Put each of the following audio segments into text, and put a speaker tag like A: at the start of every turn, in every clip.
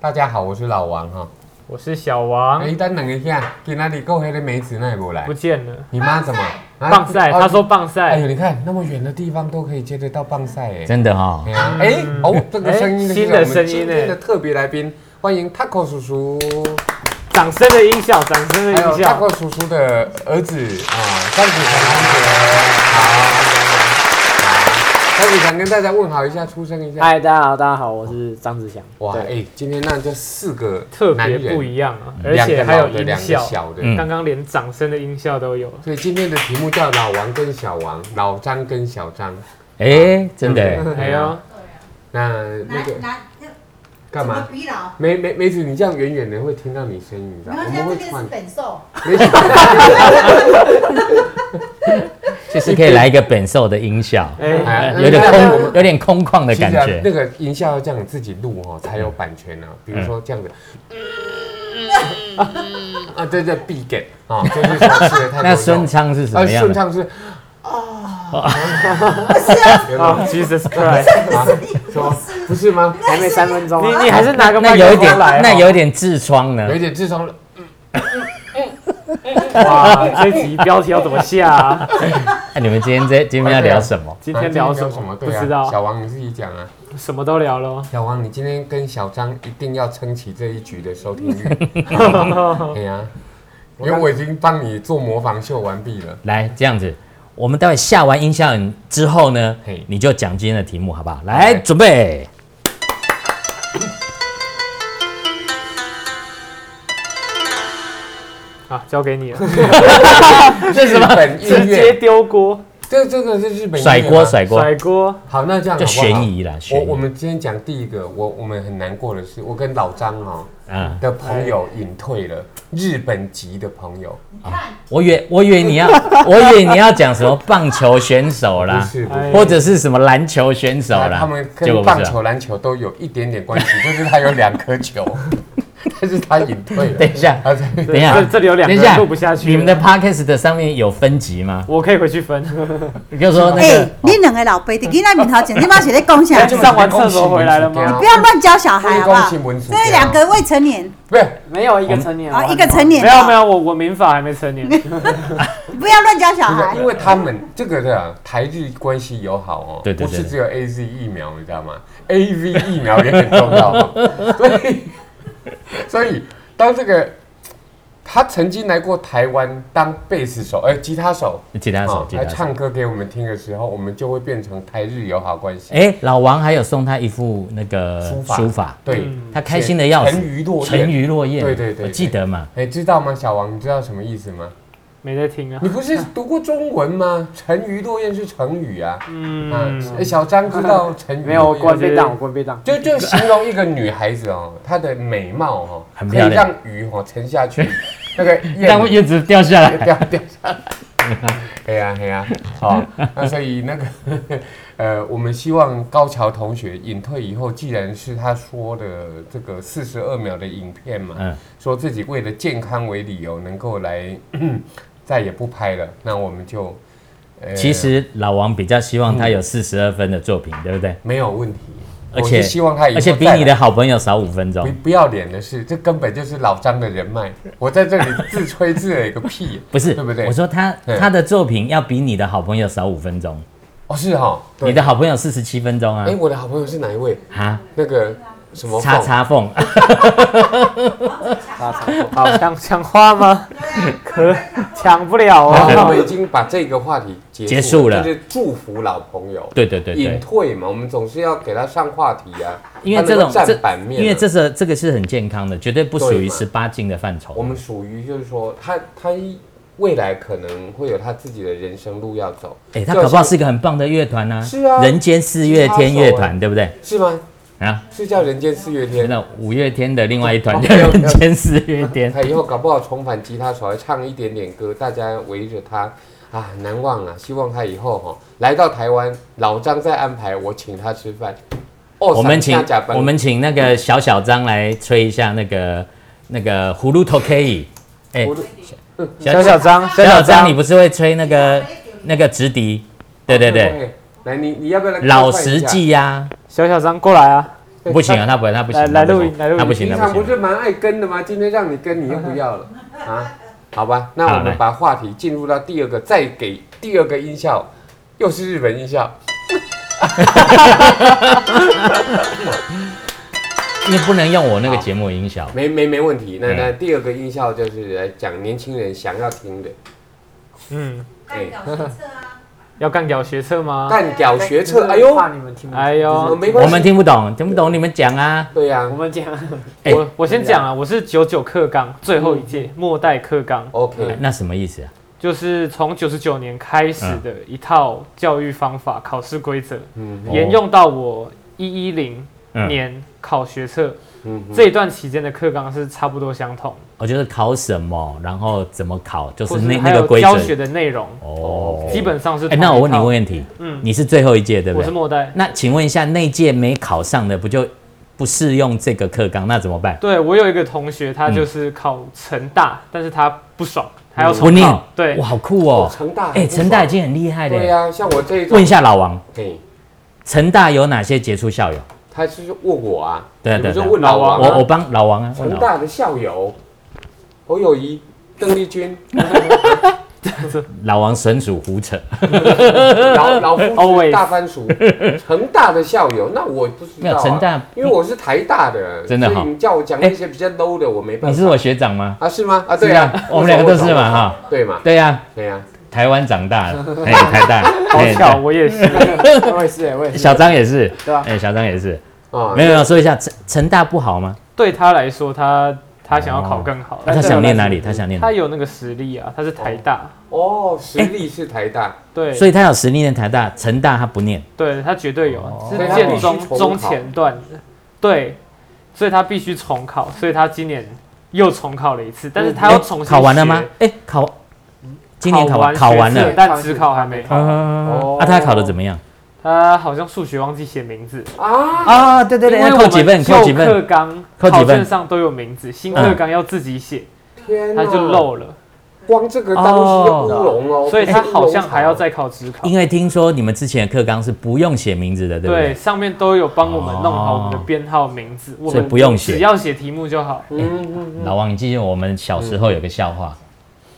A: 大家好，我是老王哈。
B: 我是小王，
A: 哎，等等一下，给那里够黑的梅子那也不来
B: 不，见了。
A: 你妈怎么？啊
B: 棒赛，
A: 哦
B: 他说棒
A: 哎
B: 赛，
A: 呦，你看那么远的地方都可以接得到棒赛哎。
C: 真的哈、
A: 哎呀哎哦，这个声音就
B: 哎
A: 是
B: 新的
A: 我们
B: 声音
A: 今
B: 哎
A: 天的特别来宾，欢迎 Taco 叔叔，
B: 掌声的音效，掌声的
A: 还有
B: 音效。
A: Taco 叔叔的儿子啊，张子强同学，好，好，张子强跟大家问好一下，出声一下。
B: 哎
D: 嗨，大家好，大家好，我是张志祥。
A: 哇，
D: 对
A: 哎，今天让这四个
B: 特
A: 男
B: 别
A: 人
B: 不一样啊，而
A: 两
B: 且
A: 个
B: 还
A: 老
B: 有
A: 的，
B: 音
A: 两个
B: 效，
A: 小的，
C: 嗯
B: 刚刚连掌声的音效都有。
A: 所以今天的题目叫老王跟小王，老张跟小张。
C: 哎、真的、
A: 对不对
B: 哎呦，
A: 那那
E: 来
A: 个
E: 来，要
A: 干
E: 怎么
A: 嘛？
E: 比老？
A: 梅梅梅子，你这样远远的会听到你声音，你知道
E: 没
A: 吗？
E: 关
A: 我们
E: 系，这
A: 会
E: 边
A: 传
E: 是。本兽，
A: 没事
C: 就是可以来一个本兽的音效，
B: 哎，
A: 哎
C: 有点
A: 那我们
C: 空，有点空旷的
A: 其
C: 感
A: 实 啊那
C: 觉。
A: 个音效要这样自己录哦，才有版权呢、啊。比如说这样子，
E: 嗯
A: 啊，对对，必给啊，就是说吃的太多肉
C: 那顺，畅是什
A: 啊，
C: 么样
A: 顺
C: 的？
A: 畅是
E: 哦不是啊，
A: 有
B: 哦
A: 吗？
B: ，Jesus Christ，
A: 啊什么？不是吗？
D: 还没三分钟
B: 你
D: 啊！
B: 你还是拿个
C: 那
B: 麦
C: 有
B: 克
C: 一点，
B: 风
A: 啊
B: 来哦。
C: 那有一点痔疮呢
A: 有一。点智商了。
B: 哇，这集标题要怎么下啊？
C: 那你们今天在今天要聊什么？
B: 今天聊什
A: 什
B: 么？不
A: 对啊，
B: 知道，
A: 小王你自己讲啊。
B: 什么都聊喽。
A: 小王，你今天跟小张一定要撑起这一局的收听率。 对呀、因为我已经帮你做模仿秀完毕了。
C: 来，这样子，我们待会下完音效之后呢
A: 嘿，哎
C: 你就讲今天的题目，好不好？来，
A: 来
C: 准备。
B: 啊，交给你了，
A: 这是日本
B: 直
A: 音
B: 接
A: 乐，
B: 丢锅，
A: 这这个是日本音乐
C: 甩锅，
A: 吗
C: 甩锅，
B: 甩锅。
A: 好，那这样
C: 就
A: 啊好不好
C: 悬疑啦悬
A: 我
C: 疑
A: 我们今天讲第一个，我我们很难过的是，我跟老张哦
C: 嗯，
A: 的朋友隐退了，日本籍的朋友，
E: 你看，
C: 我以为我以为 你要，我以为你要讲什么棒球选手
A: 不
C: 啦，
A: 是不
B: 哎
A: 是。
C: 或者是什么篮球选手啦，
A: 啊他们
C: 结
A: 跟
C: 果不是啊
A: 棒球、篮球都有一点点关系， 就是他有两颗球， 但是他隐退了啊
C: 等。一下，
A: 他在
B: 等
C: 一下
B: 这这里有两个
C: 等一下
B: 人录不下去。
C: 你们的，podcast 的上面有分 级吗？
B: 我可以回去分。
C: 你就说那
E: 哎
C: 个，
E: 你两个老辈的，你那面头 前，你妈写在讲啥？
B: 就
E: 你
B: 上完厕所回来了吗
E: 不要乱教小孩好不
A: 恭
E: 好
A: 喜？文书，
E: 这两个未成年
A: 不是
B: 哎
D: 没有一个成年
E: 啊，
D: 人，
E: 一个成年
B: 没有没，有，我我民法还没成年。
E: 不要乱教小
A: 不
E: 孩
A: 是，因。为他们这个的台日关系友好哦，
C: 对对对
A: 不是只有 A Z 疫苗，你知道吗？A V 疫苗也很重要 哦，所以所以当这个他曾经来过台湾当贝斯手，哎、吉他手。
C: 吉他手
A: 哦，
C: 吉
A: 来
C: 他手
A: 唱。歌给我们听的时候，我们就会变成台日友好关系。
C: 哎，老王还有送他一副那个
A: 书法
C: 书法，
A: 对，哎、
B: 嗯
C: 他开心的要死。
A: 沉鱼落雁
C: 沉鱼落雁，
A: 对对对
C: 我记得嘛。
A: 哎知道吗，小王，你知道什么意思吗？
B: 没在听啊
A: 你。不是读过中文吗？沉鱼落雁是成语啊。嗯
B: 嗯，，
A: 哎小张知道成语
D: 没有我
A: 关
D: 关被当，我关被当。
A: 就就形容一个女孩子哦，她的美貌哦，
C: 很
A: 可
C: 漂
A: 以
C: 亮
A: 让鱼哦沉下去，那个
C: 但会
A: 燕
C: 叶子掉下来，
A: 掉掉下来。 哎呀哎呀，好，那所以那个 呃，我们希望高桥同学隐退以后，既然是他说的这个四十二秒的影片嘛，
C: 嗯，
A: 说自己为了健康为理由能够来 再也不拍了，那我们就呃
C: 其实老王比较希望他有四十二分的作品，
A: 嗯
C: 对不对？
A: 没有问题。
C: 而
A: 我
C: 且
A: 是希望他以后
C: 而且比
A: 再
C: 你
A: 来
C: 的好朋友少五分
A: 不
C: 钟，，
A: 不要脸的是，这根本就是老张的人脉。我在这里自吹自擂个屁
C: 不是？
A: 对不对？
C: 我说他
A: 对
C: 他的作品要比你的好朋友少五分钟，
A: 哦，是哈，
C: 你
A: 对。
C: 的好朋友四十七分钟啊
A: 哎，，我的好朋友是哪一位？
C: 啊，
A: 那个什么
C: 叉
A: 凤
C: 叉凤，
D: 大肠口
B: 好，抢抢花 吗？可抢不了
A: 好，哦我
B: 啊！
A: 们已经把这个话题结
C: 结束了
A: 就是祝福老朋友
C: 对对对
A: 隐
C: 对，
A: 退嘛，我们总是要给他上话题啊，
C: 因为这
A: 他能
C: 种
A: 够占
C: 这
A: 版面啊，
C: 因为这是这个是很健康的，绝对不属于十八禁的范畴。
A: 我们属于就是说他他未来可能会有他自己的人生路要走，
C: 哎，他
A: 就
C: 搞不好
A: 像
C: 是一个很棒的乐团啊，
A: 是啊
C: 人间四月天乐团，对不对？
A: 是吗？
C: 啊，
A: 是叫人间四月天？
C: 那五月天的另外一 团
A: 哦
C: 叫
A: 没有没
C: 人
A: 有
C: 间四月 天，
A: 他以后搞不好重返吉他手，还唱一点点歌，大家围着他啊，难忘啊！希望他以后哈、来到台湾，老张再安排我请他吃饭。哦
C: 我们请
A: 上下加班
C: 我们请那个小小张来吹一下那个那个葫芦头 K，哎
A: 葫芦，
B: 小小张，
C: 小小张，你不是会吹那个那个直
A: 哦
C: 笛？对对对，，
A: 来你你要不要来
C: 老实，记呀、
B: 小小张过来啊！
C: 不行啊，他不他不
D: 来
C: 行，他
D: 来
C: 不
D: 录
C: 行
D: 音来录音
C: 他不行，
A: 平
C: 他
A: 常
C: 不
A: 不
C: 行。
A: 是蛮爱跟的吗？今天让你跟，你又不要了啊？好吧，那我
C: 好来
A: 们把话题进入到第二个，再给第二个音效，又是日本音效。
C: 你不能用我那个节目音效，
A: 没没没问题。那
C: 嗯
A: 那第二个音效就是来讲年轻人想要听的，
D: 嗯，
A: 哎，
B: 要干掉学测吗？
A: 干屌学测，哎呦，
D: 怕你们听不懂。
B: 哎
A: 呃
B: 呦，
A: 没关
C: 我
A: 系，
C: 们听不懂，听不懂你们讲啊。
A: 对呀
D: 我们讲，
C: 哎
B: 我我先讲啊，我是九九课纲最后一届末代课纲，
A: ，OK，
C: 那什么意思啊？
B: 就是从九十九年开始的一套教育方法、考试规则，
A: 嗯
C: 哦
B: 沿用到我一一零
C: 嗯
B: 年考学测
A: 嗯嗯
B: 这一段期间的课纲是差不多相同，
C: 我就是考什么，然后怎么考，就是
B: 或是
C: 那
B: 还
C: 那个
B: 有
C: 规
B: 教学
C: 则。
B: 的内容，
C: 哦
B: 基本上是
C: 哎，
B: 同一
C: 那我问你
B: 套
C: 个，问题，
B: 嗯，
C: 你是最后一届对不
B: 我是
C: 对？
B: 末代，
C: 那请问一下，那届没考上的不就不适用这个课纲，那怎么办？
B: 对我有一个同学，他就是考成大，
C: 嗯
B: 但是他不爽，还要
C: 不
B: 重
C: 念
B: 考，对
C: 哇，，好酷
A: 哦
C: 哦！
A: 成大，
C: 哎，成大已经很厉害
A: 对啊
C: 了。
A: 呀，像我这一种
C: 问一，下老王，
A: 嘿
C: 成大有哪些杰出校友？
A: 他是问我啊，
C: 对
A: 你不
C: 对
A: 是
C: 对
A: 问老王
C: 我我
A: 吗？
C: 帮老王啊，
A: 成
C: 问老王。
A: 大的校友侯友谊、邓丽 君、
C: 老王神属胡扯，
A: 啊老老夫
B: Always
A: 子、大番薯， 成大的校友，那我不知
C: 没
A: 道
C: 有
A: 啊，
C: 成大，
A: 因为我是台大的，
C: 真的哈哎
A: 所以你叫我讲那些比较 low 的，我没办
C: 你
A: 法。
C: 是我学长吗？
A: 啊，是吗？啊，对呀
C: 是，我们两个都是嘛哈。
A: 对嘛，
C: 对呀，
A: 对啊呀，
C: 台湾长大的，哎，台大，
B: 好
C: 哎
B: 巧，我也 是，
D: 我 也是，我也
C: 对
D: 是。
C: 小张也是，
D: 对啊
C: 哎，小张也是，
A: 啊
C: 没有没有，说一下成成大不好吗？
B: 对他来说，他他想要考更好，
C: 哦那
B: 但
C: 他
B: 是
C: 想念哪里？他想念哪
B: 他有那个实力啊，他是台大，
A: 哦，实力是台大，
B: 对，
C: 里，所以他有实力念台大，成大他不念。
B: 对他绝对有啊，是
A: 所以他必
B: 建
A: 须
B: 中
A: 重考
B: 中前段的，对，所以他必须重考，所以他今年又重考了一次，
A: 嗯
B: 但是他要
C: 哎
B: 重新
C: 考完了吗
B: 学？？
C: 哎，考，今年考完
B: 考
C: 考完
B: 学测
C: 了，
B: 但只考还没考。
C: 啊，他考的怎么样？
B: 他好像数学忘记写名字，
A: 啊，
C: 啊，对对对，
B: 因为哎我
C: 那扣
B: 们
C: 几分？扣几
B: 旧课
C: 分？
B: 纲
C: 扣几
B: 考
C: 分
B: 卷上都有名字，新课纲要自己写，
A: 天哪
B: 他就，漏了，
A: 光这个东西就乌龙哦，
B: 所以他
A: 这是乌龙
B: 好像还要
A: 茶
B: 再考职考
C: 因。为听说你们之前的课纲是不用写名字的，对不
B: 对，
C: 对？
B: 上面都有帮我们弄好我们的编号、名字，我
C: 哦所以
B: 们
C: 不用写
B: 只要写题目就好。
A: 嗯，嗯嗯
C: 老王，你记得我们小时候有个笑话，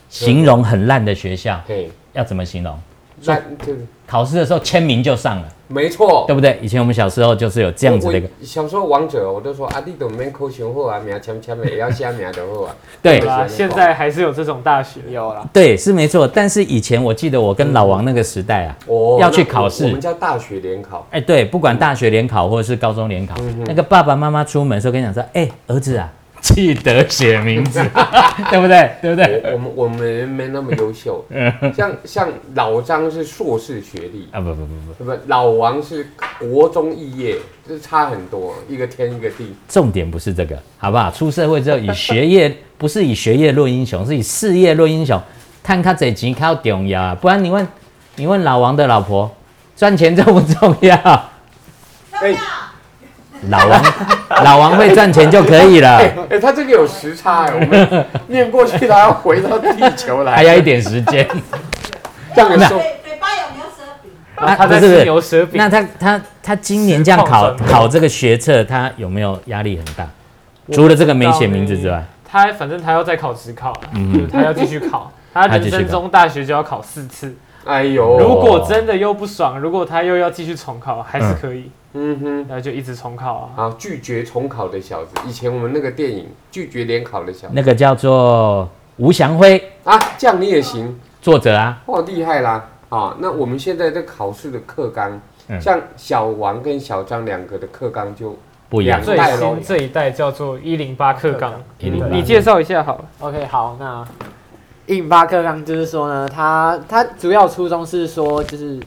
C: 形容很烂的学校
A: 嘿，
C: 要怎么形容？
A: 那这个
C: 考试的时候签名就上了，
A: 没错，
C: 对不对？以前我们小时候就是有这样子的一个
A: 我。我小时候王者，我都说啊，你都免考上好啊，名签签的也要写名就好啊，
C: 对
B: 对啦，
A: 写
B: 现
A: 得好
B: 在还是有这种大学。
D: 有啦，
C: 对是没错，但是以前我记得我跟老王那个时代啊，
A: 哦
C: 要去
A: 那
C: 考
A: 我
C: 试
A: 我们叫大学联 考，
C: 哎，对，不管大学联考或者是高中联考，那个爸爸妈妈出门的时候跟你讲说，哎，儿子啊，记得写名字， 对不对？对不对？
A: 我我们我们没那么优秀，
C: 嗯
A: 像像老张是硕士学历，
C: 啊，不不不不，
A: 对不对？老王是国中肄业，这差很多，一个天一个地。
C: 重点不是这个，好不好？出社会之后，以学业不是以学业论英雄，是以事业论英雄。看他这钱靠重要啊，不然你问，你问老王的老婆，赚钱重不重要？
A: 哎、
C: 老王，老王会赚钱就可以了
A: 哎、， 哎他这个有时 差哎、我们念过去，他要回到地球来，
C: 还要一点时 间。
A: 这 样说，
E: 嘴嘴啊巴有牛舌饼。
C: 啊
B: 他在
C: 不是不
B: 吃
C: 是
B: 牛舌饼
C: 那，他他他今年这样考
B: 实况转播
C: 考这个学测，他有没有压力很大？除了这个没写名字之
B: 欸
C: 外，
B: 他反正他要再考职考了，就是他要继续 考。他
C: 他
B: 人
C: 继续考哦
B: 生中大学就要考四次，
A: 哎
B: 如
A: 呦，
B: 果真的又不爽，如果他又要继续重考，还是可以，
A: 嗯哼，
B: 那就一直重考啊。
A: 好，拒绝重考的小子，以前我们那个电影《拒绝联考的小子
C: 那个叫做吴祥辉，》
A: 啊，这样你也行，
C: 作者啊，
A: 哇，厉害啦！啊，那我们现在在考试的课纲，
C: 嗯
A: 像小王跟小张两个的课纲就
C: 不一样
A: 两。
B: 最
A: 代咯
B: 新这一代叫做一零八课纲，
C: 108
B: 你介绍一下好了。
D: OK，好，那印巴克刚就是说呢，他他主要初衷是说，就是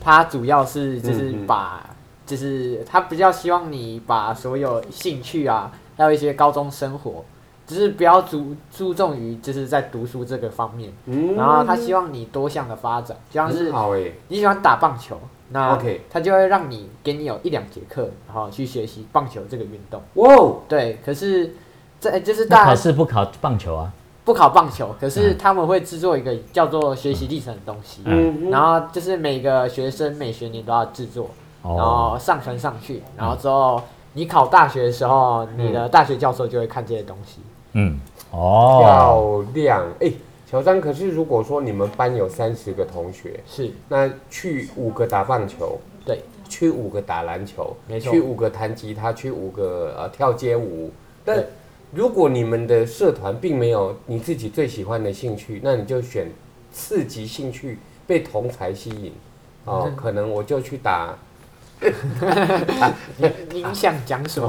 D: 他主要是就是
A: 嗯嗯
D: 把，就是他比较希望你把所有兴趣啊，还有一些高中生活，就是不要注注重于就是在读书这个方面，
A: 嗯
D: 然后他希望你多项的发展，就像
A: 很
D: 是
A: 好哎、
D: 你喜欢打棒球，那
A: OK
D: 他就会让你给你有一两节课，然后去学习棒球这个运动。
A: 哇哦，
D: 对，可是这就是
C: 那
D: 大
C: 考
D: 家
C: 试不考棒球啊？
D: 不考棒球，可是他们会制作一个叫做学习历程的东西，
A: 嗯
D: 然后就是每个学生每学年都要制作，然
C: 哦，
D: 后上传上去，然后之后你考大学的时候，你的大学教授就会看这些东西。
C: 嗯，哦，
A: 漂亮。哎、乔丹，可是如果说你们班有三十个同学，
D: 是
A: 那去五个打棒球，
D: 对，
A: 去五个打篮球，
D: 没错
A: 去五个弹吉他，去五个呃跳街舞。但
D: 对
A: 如果你们的社团并没有你自己最喜欢的兴趣，那你就选刺激兴趣，被同才吸引。哦，可能我就去打，
C: 嗯
D: 你你想讲什么？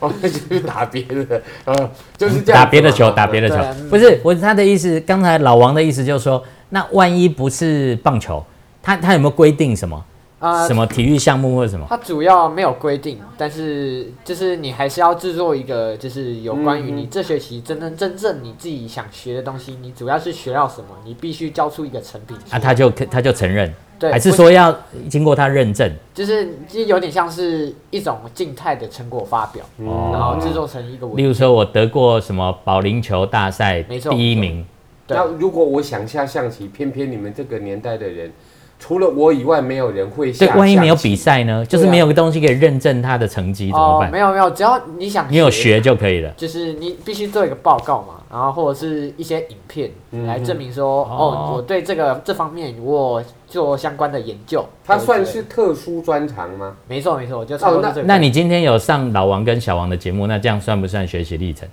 A: 我就哦去打别的，呃，就是这样子嘛。
C: 打别的球，打别的球
D: 啊对啊，嗯
C: 不是我他的意思。刚才老王的意思就是说，那万一不是棒球，他他有没有规定什么
D: 啊
C: 什，么体育项目或者什么？
D: 它主要没有规定，但是就是你还是要制作一个，就是有关于你这学期真正真正你自己想学的东西，你主要是学到什么，你必须交出一个成品出
C: 啊，
D: 来
C: 他就他就承认，
D: 对
C: 还是
D: 不
C: 说要经过他认证？
D: 就是就有点像是一种静态的成果发表，然后制作成一个
C: 嗯例
D: 文，
C: 如说，我得过什么保龄球大赛
D: 没错
C: 第一名，
D: 对
A: 那如果我想下象棋，偏偏你们这个年代的人，除了我以外，没有人会
C: 对
A: 下。，
C: 万一没有比，赛呢？就是
D: 对啊
C: 没有个东西可以认证他的成绩，怎么
D: 哦，
C: 办？
D: 没有没有，只要你想，
C: 你有学，就可以了。
D: 就是你必须做一个报告嘛，然后或者是一些影片来证明说，
C: 哦
D: 哦，我对这个这方面我做相关的研究，
A: 它
D: 对
A: 算
D: 对
A: 是特殊专长吗？
D: 没错没错，就差不多
A: 哦
D: 是这个。
C: 那你今天有上老王跟小王的节目，那这样算不算学习历程？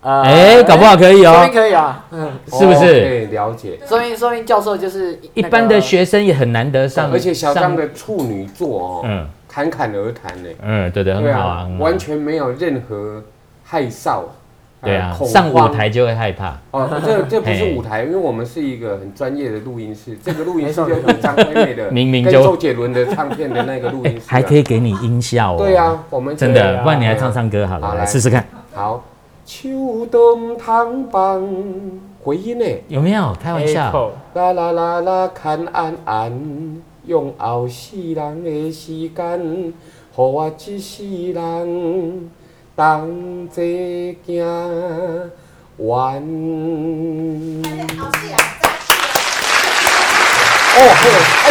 D: 呃
C: 哎，搞不好可以
D: 说
C: 哦
D: 明，可以啊，嗯，
C: 是不是？
A: 对，哦了解。
D: 说明说明教授就是
C: 一般的，学生也很难得上，
A: 而且小张
C: 上，
A: 的处女座哦，
C: 嗯
A: 侃侃而谈呢，
C: 嗯，对对，
A: 对
C: 很好啊，
A: 啊
C: 很，好啊
A: 完全没有任何害臊。呃
C: 对啊，
A: 恐
C: 上舞
A: 慌
C: 台就会害怕。
A: 哦，这这不
C: 嘿
A: 是舞台，因为我们是一个很专业的录音室，这个录音室
D: 没错
A: 就跟 张惠妹的、
C: 明明
A: 跟
C: 就
A: 周杰伦的唱片的那个录
C: 哎
A: 音室啊，
C: 还可以给你音效哦。
A: 对啊，，我们
C: 真
A: 对
C: 的，
A: 啊
C: 不然你来唱唱歌好
A: 好
C: 了，来
A: 来
C: 试试看，
A: 好，秋冬糖棒回音呢，
C: 有没有？开玩笑，
B: Echo
A: 啦啦啦啦，牵安安，用后世人的时间，互我一世人同齐行完。
E: 啊
A: 哦，嘿，哎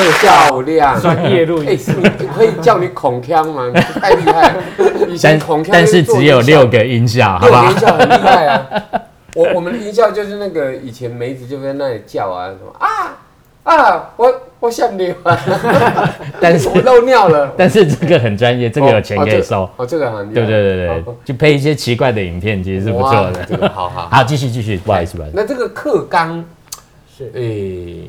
A: 呦，你看漂亮，
B: 专业 录
A: 哎、
B: 音
A: 是你可以叫你孔锵吗？你太厉害了，以前
C: 但
A: 孔锵
C: 但是只有
A: 六
C: 六个音效，好
A: 对，
C: 不
A: 我
C: 好
A: 音？效很厉害啊！我我们的音效就是那个以前梅子就在那里叫啊什么啊啊，我我想你啊，
C: 但是
A: 我漏尿了。
C: 但是这个很专业，这个有钱可以收
A: 哦，哦这个哦，这个很厉
C: 对
A: 害
C: 不对？对对
A: 哦
C: 对，就配一些奇怪的影片，其实是不错
A: 哇
C: 的。
A: 这个好好。
C: 好，继续继续，不好意思，不好意思。
A: 那这个课纲
D: 是
A: 诶，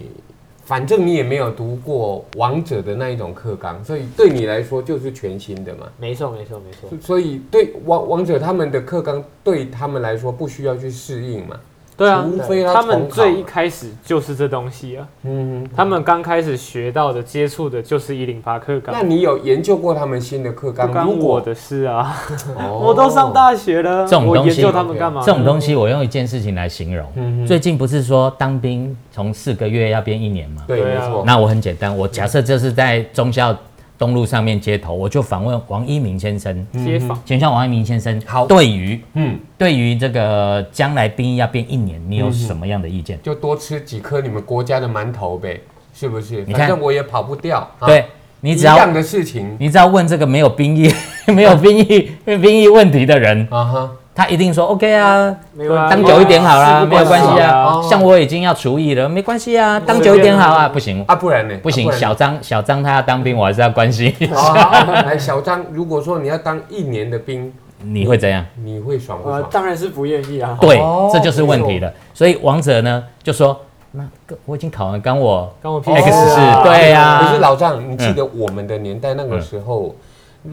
A: 反正你也没有读过王者的那一种课纲，所以对你来说就是全新的嘛。
D: 没错没错没错，
A: 所以对王王者他们的课纲对他们来说不需要去适应嘛。
B: 对啊，
A: 除非他
B: 他
A: 重
B: 们
A: 考
B: 最
A: 嘛
B: 一开始就是这东西啊，
A: 嗯，
B: 他们刚开始学到的、接触的就是一零八课
A: 那
B: 纲，
A: 你有研究过他们新的课纲
B: 不？干
A: 如果
B: 我的事啊，
A: 哦
B: 我都上大学了，
C: 这种
B: 我
C: 东
B: 研
C: 西
B: 究他们干嘛呢？
C: 这种东西，我用一件事情来形
A: 嗯
C: 容。最近不是说当兵从四个月要变一年吗？
A: 对，嗯
B: 对
A: 没
B: 啊
A: 错。
C: 那我很简单，我假设这是在忠孝东路上面街头，我就访问王一鸣先生，
B: 街坊
C: 请教王一鸣先生，
A: 嗯好
C: 对于
A: 嗯，
C: 对于这个将来兵役要变一年，你有什么样的意见？
A: 就多吃几颗你们国家的馒头呗，是不是？
C: 你
A: 反
C: 看
A: 正我也跑不掉。啊
C: 对你
A: 一
C: 只要
A: 样的事情
C: 你只要问这个没有兵役、 没有兵役、没有兵役问题的人，
A: 啊哈，
C: 他一定说 OK 啊，
D: 没关系
C: 当久一点好啦，
B: 事
C: 没
B: 不
C: 有
B: 关
C: 关系
B: 己
C: 啊。
A: 啊
C: 像我已经要除役了，没关系啊，当久一点好啊，不行
A: 啊不然呢？
C: 不
A: 啊
C: 行，
A: 然
C: 小张小张他要当兵，我还是要关心。
A: 好好好 来小张，如果说你要当一年的兵，
C: 你会怎样？
A: 你会爽不
B: 啊
D: 呃，
A: 爽？
D: 当然是不愿意啊，
C: 对
A: 哦，
C: 这就是问题了。所以王者呢就说，那个我已经考完，刚我
B: 干我屁事
C: 哦 X
B: 啊
C: 是对
A: 可是
C: 呀，嗯
A: 老张，你记得我们的年代那个时候，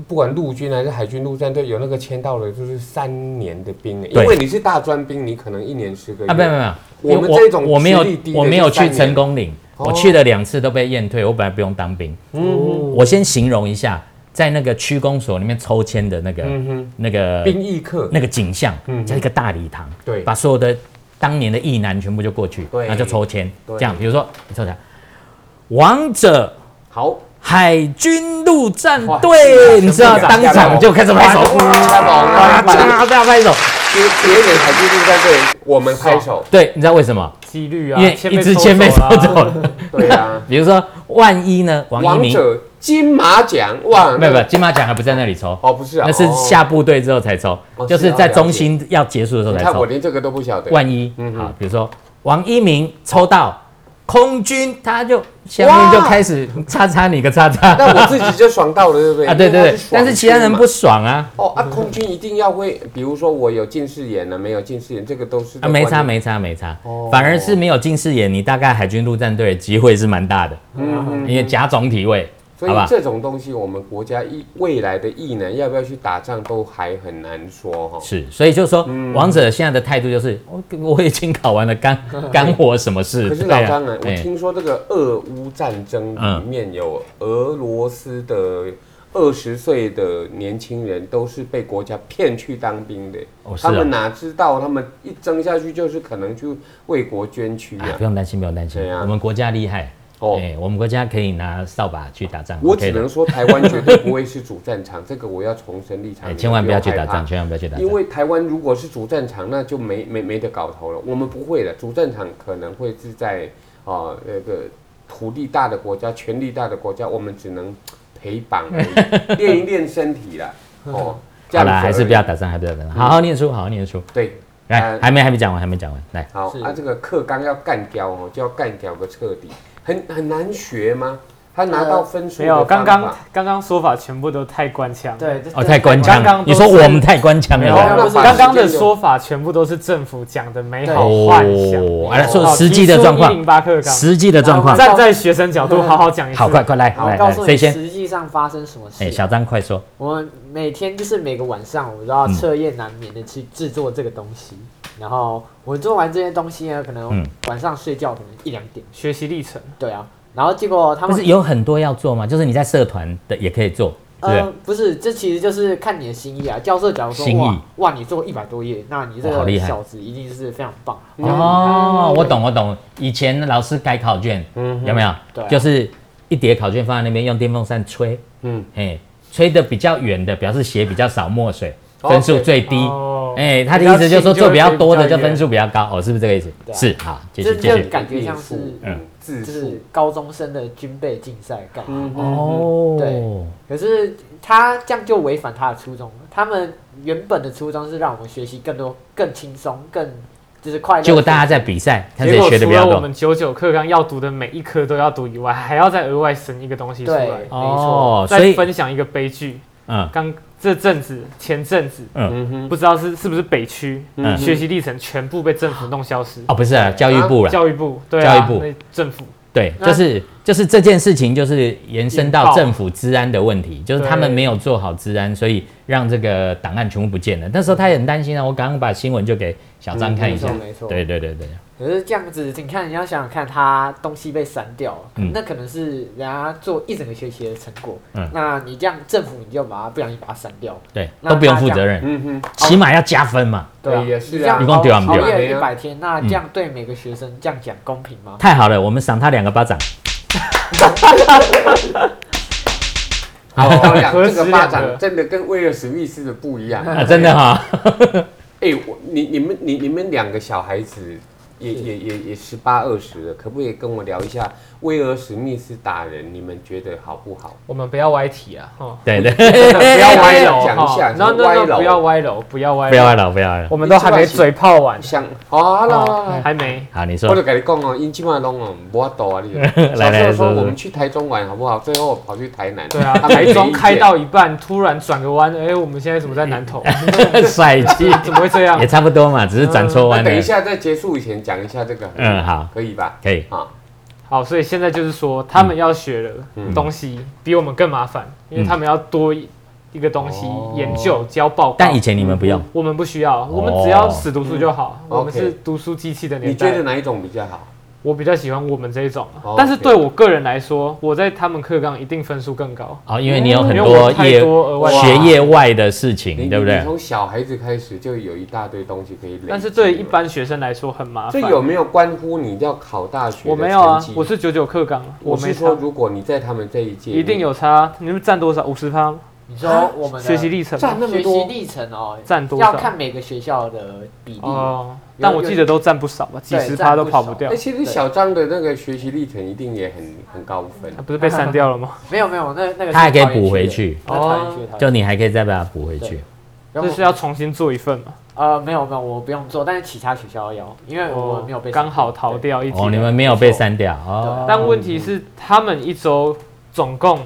A: 不管陆军还是海军陆战队，有那个签到了就是三年的兵，欸因
C: 对
A: 为你是大专兵，你可能一年十个月。
C: 啊，没有没有没有，
A: 我们
C: 因为
A: 这种
C: 我没有
A: 实力低的
C: 我没有
A: 就三
C: 去
A: 年
C: 成功岭，我去了两次都被验退，我本来不用当兵。
A: 嗯
C: 我先形容一下，在那个区公所里面抽签的那个、
A: 嗯哼，
C: 那个
A: 兵役课
C: 那个景象
A: 嗯，
C: 在一个大礼堂，
A: 对
C: 把所有的当年的役男全部就过去，
A: 对
C: 然后就抽签，
A: 对
C: 这样，比如说你抽起来，王者。
A: 好，
C: 海军陆战
A: 哇
C: 队，你知道，
A: 全部
C: 当
A: 掌下来
C: 场
A: 了
C: 就开始拍手，
A: 太棒了
C: 哇，大家拍手。
A: 别别给海军陆战队我们拍手，
C: 对，你知道为什么？
B: 几率啊，
C: 因为一支签被抽
B: 了啊
C: 走了。
A: 对啊，
C: 比如说，万一呢，王一
A: 王
C: 鸣
A: 者金马奖哇，
C: 没有没
A: 那
C: 有，金马奖还不在那里抽，
A: 哦，不是啊，
C: 那是
A: 哦
C: 下部队之后才抽，
A: 哦
C: 就是
A: 是啊
C: 在
A: 了
C: 中
A: 解
C: 心要结束的时候
A: 你
C: 才
A: 看我
C: 抽。
A: 连这个都不晓得，
C: 万一
A: 嗯哼
C: 好，比如说王一鸣抽到空军，他就下面就
A: 哇
C: 开始叉叉你个叉叉
A: 那我自己就爽到了，对不对？
C: 啊，对对
A: 因为他
C: 对
A: 是，爽
C: 但是其他人
A: 嘛
C: 不爽啊
A: 哦啊，空军一定要会，比如说我有近视眼了，没有近视眼，这个都是
C: 啊，没差，没差没差
A: 哦，
C: 反而是没有近视眼，你大概海军陆战队的机会是蛮大的，
A: 嗯
C: 因为甲种体位，
A: 所
C: 好
A: 以
C: 吧？
A: 这种东西，我们国家一未来的艺能要不要去打仗，都还很难说哈。
C: 是，所以就说
A: 嗯
C: 王者现在的态度就是，我我已经考完了，干 干我什么事？
A: 可是
C: 对啊
A: 老张啊，我
C: 哎嗯
A: 听说这个俄乌战争里面有俄罗斯的二十岁的年轻人都是被国家骗去当兵的
C: 哦，是啊
A: 他们哪知道，他们一争下去就是可能去为国捐躯
C: 哎
A: 啊
C: 不。用担心，不用担心
A: 对，啊
C: 我们国家厉害。
A: 哦
C: 哎，我们国家可以拿扫把去打仗，
A: 我
C: OK
A: 只
C: 的
A: 能说，台湾绝对不会是主战场，这个我要重申 立场。
C: 哎，
A: 你
C: 千万不要去
A: 害
C: 打
A: 怕
C: 仗，千万不要去打仗
A: 因。为台湾如果是主战场，那就没没没得搞头了。我们不会的，主战场可能会是在啊那、个土地大的国家、权力大的国家，我们只能陪绑而已，练一练身体啦。哦，这
C: 好
A: 样子
C: 啦，还是
A: 而已
C: 不要打仗，还是不要打仗，好好念书，好好念书。
A: 对。
C: 来，还没还没讲完，还没讲完，来，
A: 好
D: 是
A: 啊，这个课纲要干掉哦，就要干掉个彻底，很很难学吗？他拿到分数
B: 没
A: 的
B: 有，
A: 方法、
B: 刚刚刚刚说法全部都太官腔。
D: 对，这
C: 哦，太官腔
B: 刚刚，
C: 了
B: 都
C: 你
B: 是
C: 说我们太官腔
B: 没有，
C: 了
A: 没有
C: 吧。
A: 那把
B: 刚刚的
A: 时间留
B: 说法全部都是政府讲的美好
C: 哦
B: 幻想。哦
C: 啊来说实际的状
B: 一零
C: 况，
B: 八课纲，
C: 实际的状况，
B: 站在学生角
A: 嗯
B: 度好好讲一次。
C: 好，快快来
D: 好，
C: 来
D: 告
C: 来，
D: 诉
C: 谁
D: 你
C: 先？
D: 实际上发生什么事。
C: 哎，小张快说，
D: 我们每天就是每个晚上，我们都要彻夜难眠的去制作这个东西。然后我做完这些东西呢，可能
C: 嗯
D: 晚上睡觉可能一两点。
B: 学习历程。
D: 对啊，然后结果他
C: 不
D: 们
C: 是有很多要做吗？就是你在社团的也可以做，对
D: 呃，不是，这其实就是看你的心意啊。教授假如说
C: 心意
D: 哇哇，你做一百多页，那你这
C: 哇好厉
D: 个
C: 害
D: 小子一定是非常棒啊。
C: 不对？哦，我懂我懂，以前老师改考卷，有没有
D: 对啊？
C: 就是一叠考卷放在那边，用电风扇吹，
A: 嗯
C: 哎，吹的比较远的表示写比较少墨水，
A: 哦
C: 分数最低。
B: 哦
C: 哎，他的意思就是说
B: 比较
C: 做比较多的
B: 轻就会比
C: 就
B: 较
C: 分数比较高，哦，是不是这个意思？
D: 对啊
C: 是，好，继
D: 这
C: 续继续
D: 就。感觉像是
A: 嗯字
D: 就
A: 数
D: 是，高中生的军备竞赛概念。
A: 嗯哼
C: 哦
D: 对，可是他这样就违反他的初衷了。他们原本的初衷是让我们学习更多、更轻松、更就是快乐。
C: 结果大家在比赛，看
B: 结
C: 谁
B: 果
C: 学的
B: 除
C: 比
B: 了
C: 较
B: 我
C: 多
B: 们。九九课纲要读的每一科都要读以外，还要再额外生一个东西出
D: 对，
B: 来
D: 没。错，
C: 哦，所
B: 再
C: 以
B: 分享一个悲剧，
C: 嗯，
B: 刚这阵子前阵子
A: 嗯哼，
B: 不知道是是不是北区
C: 嗯
B: 学习历程全部被政府弄消失。
C: 哦，不是啊，教育部了，
B: 教育部对啊，
C: 教育部
B: 那政府
C: 对，
B: 那
C: 就是就是这件事情，就是延伸
B: 引
C: 到
B: 爆
C: 政府治安的问题，就是他们
B: 对
C: 没有做好治安，所以让这个档案全部不见了。那时候他也很担心啊，我刚刚把新闻就给小张看一
D: 嗯没
C: 下
D: 错，，没错。
C: 对对对对，
D: 可是这样子，你看，你要想想看，他东西被删掉了，
C: 嗯
D: 那可能是人家做一整个学期的成果。
C: 嗯
D: 那你这样，政府你就把它不小心把它删掉，
C: 对，
D: 那
C: 都不用负责任，
A: 嗯哼，
C: 起码要加分嘛。
D: 对啊
A: 对也是啊
D: 你这样
C: 你讲对啊
D: 熬
A: 不对
D: 夜一百天，那这样对每个学生这样讲公平吗？
C: 太好了，我们赏他两个巴掌。
A: 好，我跟你讲
B: 何
A: 哦这
B: 止
A: 个巴
B: 哦两个
A: 掌真的跟威尔史密斯的不一样
C: 啊，真的哈、
A: 哎、我你你们你你们两个小孩子也也也也十八二十了，可不可以跟我聊一下威尔史密斯打人？你们觉得好不好？
B: 我们不要歪题啊， 哈，
C: 对对，
B: 不要歪楼哦
A: 讲一下
B: 哈，no
A: 什么歪
B: no
A: 楼
B: no，不要歪楼，不要歪，
C: 不要歪，了，不要歪了
B: 我。们都还没嘴炮完，哦
A: 像好
C: 哦
A: 啦啦
C: 哎
A: 啦，
B: 还没，
C: 好，你
A: 我就
C: 说，
A: 跟你讲哦，因起码弄哦，无法度啊，你。小
C: 来
A: 时
C: 来
A: 候说
C: 说说
A: 我们去台中玩好不好？最后跑去台南，
B: 对啊，
A: 他们没
B: 台中
A: 意见
B: 开到一半突然转个弯，哎，我们现在怎么在南投？
C: 帅气
B: 怎么会这样
C: 也？差不多嘛，只是转错
A: 嗯那
C: 弯
A: 等一
C: 了。
A: 下在结束以前讲一下这个，
C: 嗯好
A: 可以吧？
C: 可以，
A: 啊，
B: 好，所以现在就是说，他们要学的
C: 嗯
B: 东西比我们更麻烦，因为他们要多一一个东西
A: 哦
B: 研究、交报告。
C: 但以前你们不用，
B: 我们不需要，我们只要死读书就好。我们是读书机器的
A: 你
B: 年
A: 觉
B: 代
A: 得。哪一种比较好？
B: 我比较喜欢我们这一种啊
A: 哦，
B: 但是
A: OK
B: 对我个人来说，我在他们课纲一定分数更高，
C: 哦，因为你有很
B: 因为
C: 多
B: 我太
C: 业
B: 多额外
A: 哇
B: 的。
C: 学业外的事
A: 你
C: 情，对不
A: 你
C: 对？
A: 从小孩子开始就有一大堆东西可以累积了，
B: 但是对一般学生来说很麻
A: 这
B: 烦。
A: 有没有关乎你要考大学？
B: 我没有啊，我是九九课纲啊，
A: 我
B: 没
A: 是
B: 差
A: 说，，如果你在他们这一届，
B: 一定
A: 你
B: 有差。你们占多少？五十趴？
D: 你说我们的
B: 学习历程
A: 占那么
D: 学
A: 多
D: 习历程哦，
B: 占多
D: 啊要
B: 少？
D: 看每个学校的比例。
B: 哦，
D: 有
B: 但我记得都占不少吧，几
D: 对
B: 十趴
D: 占
B: 都
D: 不
B: 跑不
D: 少
B: 掉
A: 哎，。其实小张的那个学习历程一定也很很高分
B: 啊。不是被删掉了 吗？
D: 没有没有，那那个是
C: 他还可以
D: 桃园
C: 补回
D: 的
C: 去，
D: 那桃园区的
C: 就你还可以再把它补回去
D: 对。桃
B: 哦
D: 园
B: 就是要重新做一份嘛。
D: 呃没有没有，我不用做，但是其他学校要，因为我没有被
B: 哦刚好逃
D: 对
B: 掉一题。啊
C: 哦，你们没有被删掉哦。
B: 但问题是，他们一周总共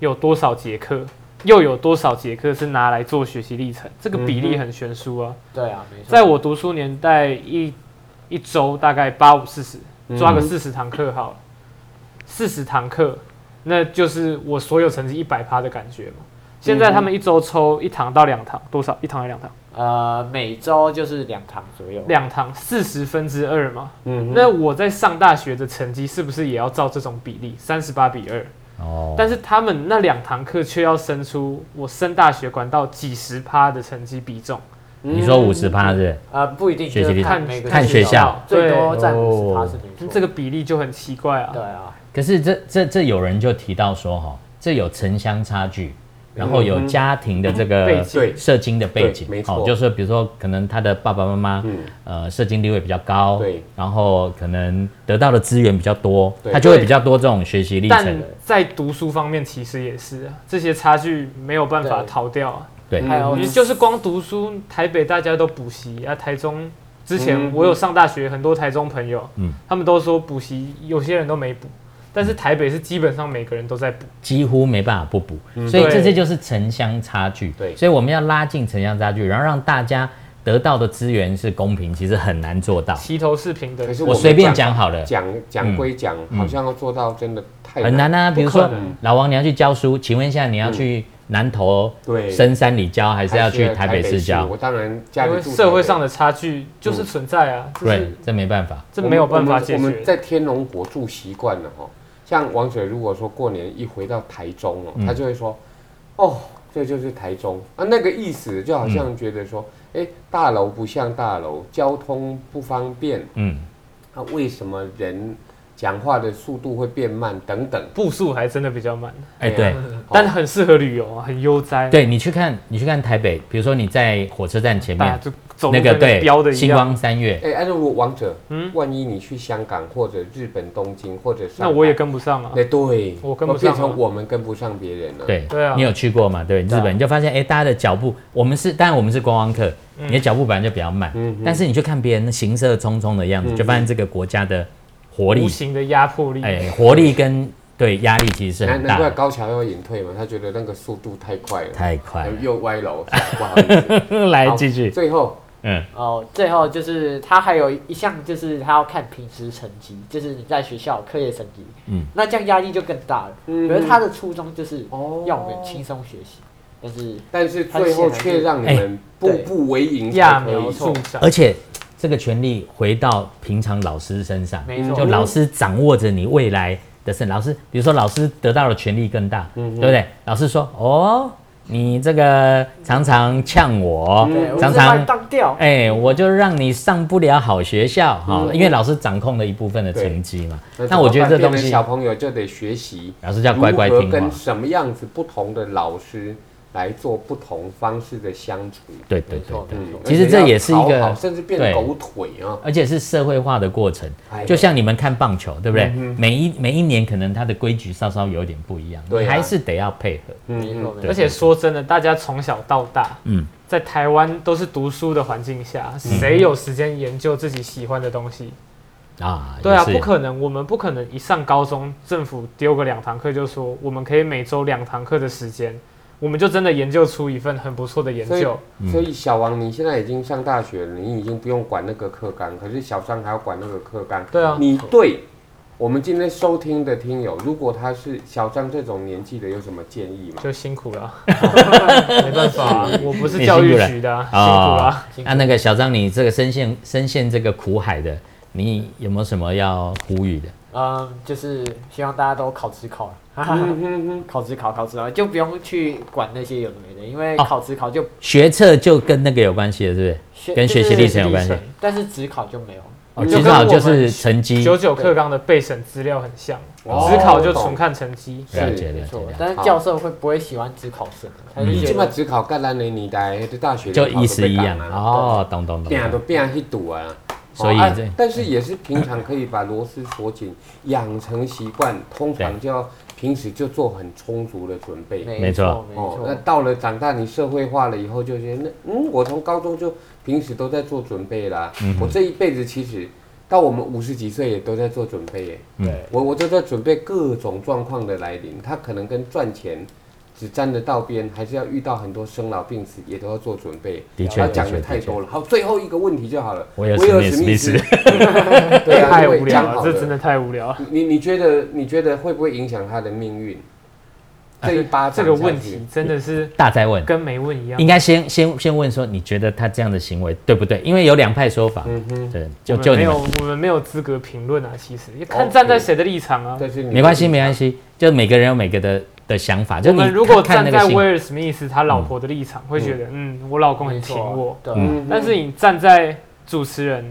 B: 有多少节课？又有多少节课是拿来做学习历程？这个比例很悬殊啊！
D: 对啊，没错。
B: 在我读书年代，一一周大概八五四十，抓个四十堂课好了，四十堂课，那就是我所有成绩一百趴的感觉嘛。现在他们一周抽一堂到两堂，多少？一堂还两堂？
D: 呃每周就是两堂左右，
B: 两堂四十分之二嘛。
A: 嗯哼，
B: 那我在上大学的成绩是不是也要照这种比例，三十八比二？
C: 哦，
B: 但是他们那两堂课却要生出我升大学管到几十趴的成绩比重，
A: 嗯
C: 你说五十趴是不是？
D: 呃不一定，
C: 学习
D: 就是
C: 历
D: 看
B: 程
D: 每个
C: 看学校
D: 最多占
C: 对
D: 五十趴是没错。
B: 哦这个比例就很奇怪啊
D: 对。啊，
C: 可是这这这有人就提到说哈，这有城乡差距，然后有家庭的这
B: 背
C: 个
B: 景
A: 啊对
C: 社经的背景，
A: 对没错
C: 哦就是比如说可能他的爸爸妈妈
A: 嗯
C: 呃社经地位比较高，
A: 对，
C: 然后可能得到的资源比较多，
A: 对
C: 他就会比较多这种学习历
B: 但
C: 程，
B: 在读书方面，其实也是啊，这些差距没有办法
D: 对
B: 逃掉啊。
C: 对，
A: 嗯
D: 还有
B: 你就是光读书，台北大家都补习啊，台中之前
A: 嗯
B: 我有上大学，很多台中朋友，
C: 嗯
B: 他们都说补习，有些人都没补，但是
A: 嗯
B: 台北是基本上每个人都在补。
C: 几乎没办法不补，所以
B: 对
C: 这些就是城乡差距。
A: 对
C: 所以我们要拉近城乡差距，然后让大家得到的资源是公平，其实很难做到。
B: 齐头是平等
A: 啊可，是
C: 我
A: 们
C: 随便讲好了，
A: 讲讲归讲，好像要做到真的太
C: 很难啊。比如
B: 不
C: 说
B: 可能
C: 老王，你要去教书，请问一下，你要去南投
A: 对
C: 深山里教，还
A: 还
C: 是要去台北市教？
A: 我当然家
B: 因
A: 里
B: 为
A: 住
B: 社会
A: 台北
B: 上的差距就是存在啊，这
C: 对
B: 是，
C: 这没办法。
B: 这没有办法
A: 我们
B: 解
A: 我们
B: 决。
A: 在天龙国住习惯了哦，像王水如果说过年一回到台中哦，
B: 嗯
A: 他就会说，哦，这就是台中啊，那个意思就好像觉得
B: 嗯
A: 说，哎，大楼不像大楼，交通不方便，
C: 嗯，
A: 啊，为什么人讲话的速度会变慢等等，
B: 步数还真的比较慢，
C: 哎，
A: 对
C: 对
A: 啊。
B: 但很适合旅游啊，很悠哉。，
C: 对你去看，你去看台北，比如说你在火车站前
B: 大家
C: 面
B: 就走路
C: 那个
B: 跟
C: 对
B: 标的，一
C: 星
B: 样。
C: 光三月，
A: 哎，哎，如果王者，
B: 嗯
A: 万一你去香港或者日本东京或者上
B: 那
A: 海，
B: 我也跟不上啊。
A: 哎，对，
B: 我跟不上
A: 变
B: 啊
A: 成我们跟不上别人了，，
C: 对，
B: 对啊
C: 你有去过嘛？对，日
D: 对啊
C: 本你就发现，哎、大家的脚步，我们是当然我们是观光客，你的脚步本来就比较慢，
A: 嗯哼
C: 但是你去看别人行色匆匆的样子，
A: 嗯
C: 就发现这个国家的活力
B: 无，形的压迫力，
C: 哎、活力跟对压力其实是
A: 难
C: 很
A: 难
C: 大
A: 怪
C: 的，
A: 高桥要隐退嘛，他觉得那个速度太快了。
C: 太快了。
A: 又歪楼，不好意思。
C: 来
A: 好
C: 继续，
A: 最后，
C: 嗯，
D: 哦，最后就是他还有一项就是他要看平时成绩，就是你在学校课业成绩，
C: 嗯，
D: 那这样压力就更大了。
A: 嗯
D: 可是他的初衷就是
A: 哦
D: 要我们轻松学习，但是
A: 但是最后却让你们步步为营
B: 揠
A: 才可
B: 苗
A: 以
B: 助
A: 做。
B: 长。
C: 而且这个权利回到平常老师身上，
D: 没
C: 嗯
D: 错
C: 就老师掌握着你未来的胜。老师，比如说老师得到的权利更大，对不对？老师说，哦，你这个常常呛我，
D: 对，我
C: 常
D: 是把你
C: 常。
D: 当掉，
C: 哎、我就让你上不了好学校哈、
A: 嗯
C: 因为老师掌控了一部分的成绩嘛。
A: 怎
C: 那
A: 么
C: 我觉得
A: 办
C: 这东
A: 变成
C: 西
A: 小，朋友就得学习，
C: 老师就要乖乖听
A: 如何
C: 话
A: 跟。什么样子不同的老师来做不同方式的相处。
C: 对对
D: 没
C: 对
D: 错，
C: 对，
D: 没错。
C: 其实这也是一个
A: 而且要讨好甚至变
C: 对
A: 狗腿啊。
C: 而且是社会化的过程
A: 哎。呦
C: 就像你们看棒球，对不对？
A: 嗯
C: 每一每一年可能它的规矩稍稍有点不一样，
A: 对啊
C: 你还是得要配合。
D: 没
A: 嗯，
D: 错，没
B: 而
D: 错。
B: 且说真的，大家从小到大，
C: 嗯，
B: 在台湾都是读书的环境下，谁有时间研究自己喜欢的东西？
C: 啊，
B: 对啊，
C: 也是
B: 不可能，我们不可能一上高中，政府丢个两堂课就说我们可以每周两堂课的时间，我们就真的研究出一份很不错的研
A: 所以
B: 究。
C: 嗯
A: 所以小王，你现在已经上大学了，你已经不用管那个课纲，可是小张还要管那个课纲。
B: 对啊
A: 你对我们今天收听的听友，如果他是小张这种年纪的，有什么建议吗？
B: 就辛苦了，没办法、啊，我不是教育局的、啊，辛苦了、
C: 啊。那那个小张，你这个深陷深陷这个苦海的，你有没有什么要呼吁的？
D: 嗯，就是希望大家都考职考了，啊
A: 嗯哼哼
D: 考职考考职考，就不用去管那些有的没的，因为
C: 哦
D: 考职考就
C: 学测就跟那个有关系了，是不是？跟
D: 就是
C: 学习历程有关系
D: 但是职考就没有。
C: 哦，
B: 就
C: 指
B: 跟我
C: 考
B: 们
C: 就是成绩，
B: 九九课纲的备审资料很像，
A: 哦
B: 只考就纯看成绩。
C: 了解
A: 是
C: 了
D: 没
C: 解
D: 错
C: 了解，
D: 但是教授会不会喜欢只考生？他
C: 嗯
D: 就
A: 你
D: 觉
A: 即摆
D: 得
A: 只考甲咱的年代迄个大学
C: 就意思一样
A: 哦，
C: 哦，懂懂懂
A: 变
B: 啊
C: 懂
A: 都，变去赌啊。
C: 所以
A: 哦啊
C: 这
A: 但是也是平常可以把螺丝锁紧，养成习惯，通常就要平时就做很充足的准备。
C: 没错
D: 错，没
A: 哦，那
D: 错。
A: 到了长大，你社会化了以后，就觉得那嗯，我从高中就平时都在做准备啦。
B: 嗯
A: 我这一辈子其实到我们五十几岁也都在做准备耶。
C: 嗯
A: 我我都在准备各种状况的来临，它可能跟赚钱只沾得到边，还是要遇到很多生老病死，也都要做准备。
C: 的确
A: 他讲的
C: 的确
A: 太
C: 的确
A: 多了。好，最后一个问题就好了。
C: 威尔
A: 威尔
C: 史
A: 史
C: 密
A: 密
C: 斯
A: 斯， 对啊，
B: 太
A: 因为
B: 无聊
A: 讲
B: 了，
A: 好
B: 这真的太无聊了。
A: 你你觉得你觉得会不会影响他的命运？ 这一巴
B: 这
A: 掌
B: 个
A: 下
B: 问
A: 去
B: 题真的是
C: 大灾问。
B: 跟没问一样
C: 应。该先先先问说，你觉得他这样的行为对不对？因为有两派说法，
A: 嗯
C: 对，就
B: 我们
C: 就
B: 嗯没
C: 你
B: 有
C: 们，
B: 我们没有资格评论啊。其实也看站在谁的立场啊。
A: 但是你
C: 没关系，没关系，就每个人有每个的的想法。就
B: 我
C: 你
B: 们如果站
C: 看那
B: 在
C: 个新
B: 威尔史密斯他老婆的立场，会觉得嗯，我老公很
D: 没
B: 挺
D: 错啊
B: 我。
D: 对，
C: 嗯
A: 嗯
B: 但是你站在主持人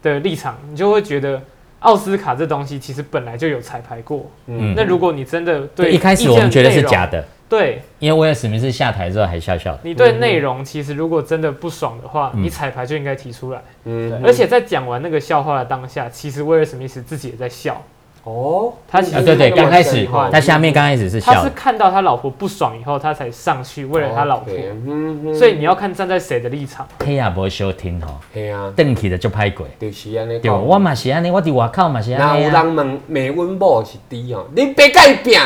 B: 的立场，你就会觉得奥斯卡这东西其实本来就有彩排过。
C: 嗯
B: 那如果你真的对
C: 一开始我们觉得是假
B: 的，
C: 的，
B: 对
C: 因为威尔史密斯下台之后还笑笑的，
B: 你对内容其实如果真的不爽的话，
C: 嗯
B: 你彩排就应该提出来。
A: 嗯
B: 而且在讲完那个笑话的当下，其实威尔史密斯自己也在笑，
A: 哦，
B: 他其实
C: 啊，对对，
B: 那个
C: 刚开
B: 晚上
C: 始
B: 以后
C: 他下面刚开始是
B: 他
C: 笑
B: 是
C: 的，
B: 看到他老婆不爽以后，他才上去为了他老婆。
A: OK，嗯哼，
B: 所以你要看站在谁的立场。
C: 黑亚伯休听吼，
A: 嘿啊，
C: 邓起的就拍鬼，
A: 就是安尼
C: 对吧，
B: 哦
A: 讲。
C: 我嘛是安尼，我伫外口嘛是
A: 那
C: 安尼
A: 有
C: 啊，
A: 人问美温某是猪哦，你别甲伊拼，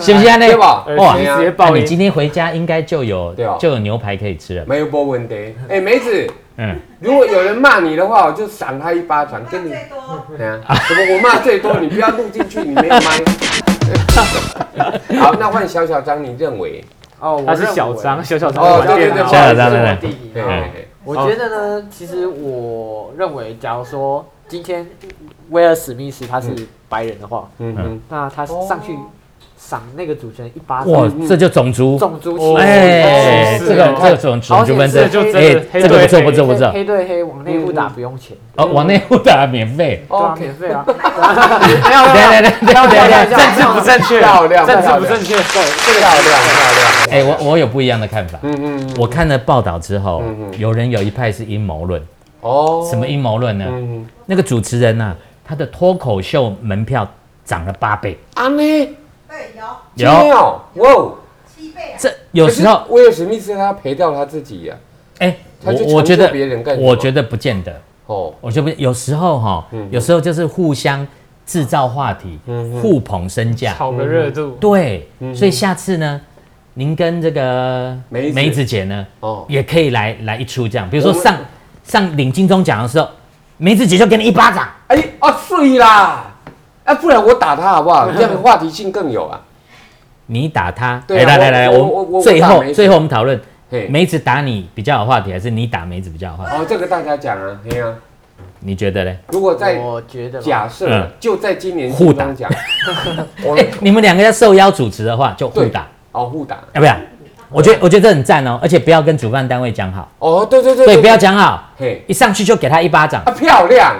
C: 是不是安尼？
A: 对吧
B: 呃
C: 哇
B: 直，
A: 啊
B: 接
C: 那
B: 爆
C: 你
B: 音
C: 今，天回家应该就有
B: 哦
A: 对啊
C: 就有牛排可以吃了吧，
A: 没有没问题。哎，梅子，
C: 嗯，
A: 如果有人骂你的话，我就赏他一巴掌，跟你，
E: 最多
A: 对啊，什么我骂最多，你不要录进去，你没有 麦。好，那换小小张，你认为？
D: 哦，我
B: 他是
D: 认
B: 小
D: 为
B: 张，小小张
A: 哦
B: 是
A: 对对
B: 电脑
A: 对
C: 对对
D: 我
C: 对
D: 弟弟
A: 对
D: 啊
A: 对
C: 嗯
A: 对
D: 我觉得呢，其实我认为，假如说今天威尔史密斯他是白人的话，
A: 嗯哼，
D: 那他上去
A: 哦
D: 赏那个主持人一
A: 啊
D: 巴
C: 哇
A: 嗯
D: 掌，，
C: 这就种族，
D: 种族歧
B: 哦
D: 视，
C: 哎，
B: 是
C: 这个
B: 哦
C: 这个种
D: 好
C: 种族
D: 险
C: 纷争，
D: 这就真的
C: 哎，
B: 黑
C: 这个
B: 对
C: 不错
B: 黑
C: 不错不错，
D: 黑对黑往内部打不用钱，
C: 哦，往内户打免费，
D: 对啊，
A: OK
D: 免费啊，
B: 没有
C: 对
B: 没有没
C: 对
B: 有，
C: 对对
D: 开玩笑
B: 政治不
C: 对对，
D: 开玩笑
B: 正确，
A: 漂亮
B: 政啊治不正确。
A: 漂亮漂亮。
C: 哎，我我有不一样的看法，
A: 嗯嗯，
C: 我看了报道之后
A: 嗯，嗯
C: 有人有一派是阴谋论，
A: 哦，
C: 什么阴谋论呢？
A: 嗯，
C: 那个主持人呐，他的脱口秀门票涨了八倍，
A: 安妮，
E: 对有
A: 真的哦，哇哦。
E: 七倍啊，
C: 这有时候
A: 可是威尔史密斯他赔掉他自己呀、
C: 哎，
A: 他
C: 我
A: 就
C: 我
A: 强
C: 觉
A: 迫
C: 得
A: 别人干什么
C: 我觉得不见得，
A: 哦，
C: 我就不有时候哈，
A: 嗯
C: 有时候就是互相制造话题，互捧身价，
B: 炒个热度，
C: 对，所以下次呢，您跟这个
A: 梅子
C: 姐呢，
A: 哦
C: 也可以来来一出这样，比如说
A: 我们
C: 上上领金钟奖的时候，梅子姐就给你一巴掌，
A: 哎啊睡啦，啊不然我打他好不好？这样话题性更有啊。
C: 你打她，
A: 对啊
C: 来来
A: 我
C: 来来，
A: 我我
C: 我们
A: 我
C: 最
A: 打
C: 后
A: 梅子
C: 最后我们讨论，
A: 嘿，
C: 梅子打你比较有话题，还是你打梅子比较有话题？
A: 哦这个大家讲啊，嘿啊，
C: 你觉得嘞？
A: 如果在
D: 我觉得吧
A: 假设、
C: 嗯
A: 就在今年
C: 互打
A: 金钟奖，我
C: 哎，你们两个要受邀主持的话，就互
A: 对
C: 打，
A: 哦互打
C: 要不要？我觉得我觉得这很赞哦，而且不要跟主办单位讲好，
A: 哦对对对
C: 对，不要讲好，
A: 嘿
C: 一上去就给他一巴掌
A: 啊，漂亮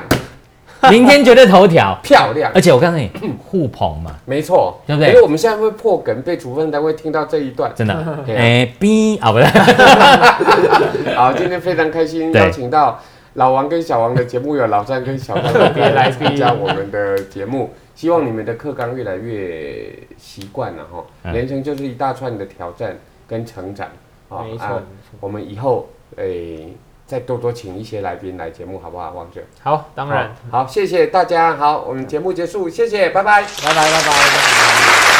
C: 明天绝对头条。
A: 漂亮
C: 而，且我告诉你，互捧嘛，
A: 没错，
C: 对不对
A: 因为我们现在会破梗，被主办单位听到这一段。
C: 真的，
A: 对啊
C: 哎、b 啊，不对，
A: 好，今天非常开心，
C: 对
A: 邀请到老王跟小王的节目有老詹跟小张特
B: 别来宾
A: 参加我们的节目。
C: 嗯
A: 希望你们的课纲越来越习惯了哈，
C: 嗯
A: 人生就是一大串的挑战跟成长。哦
D: 没错
A: 啊
D: 没错
A: 我们以后诶再多多请一些来宾来节目，好不好，王哲？
B: 好，当然。
A: 好，好谢谢大家。好，我们节目结束，谢谢，拜拜。
D: 拜拜拜拜。拜拜
E: 啊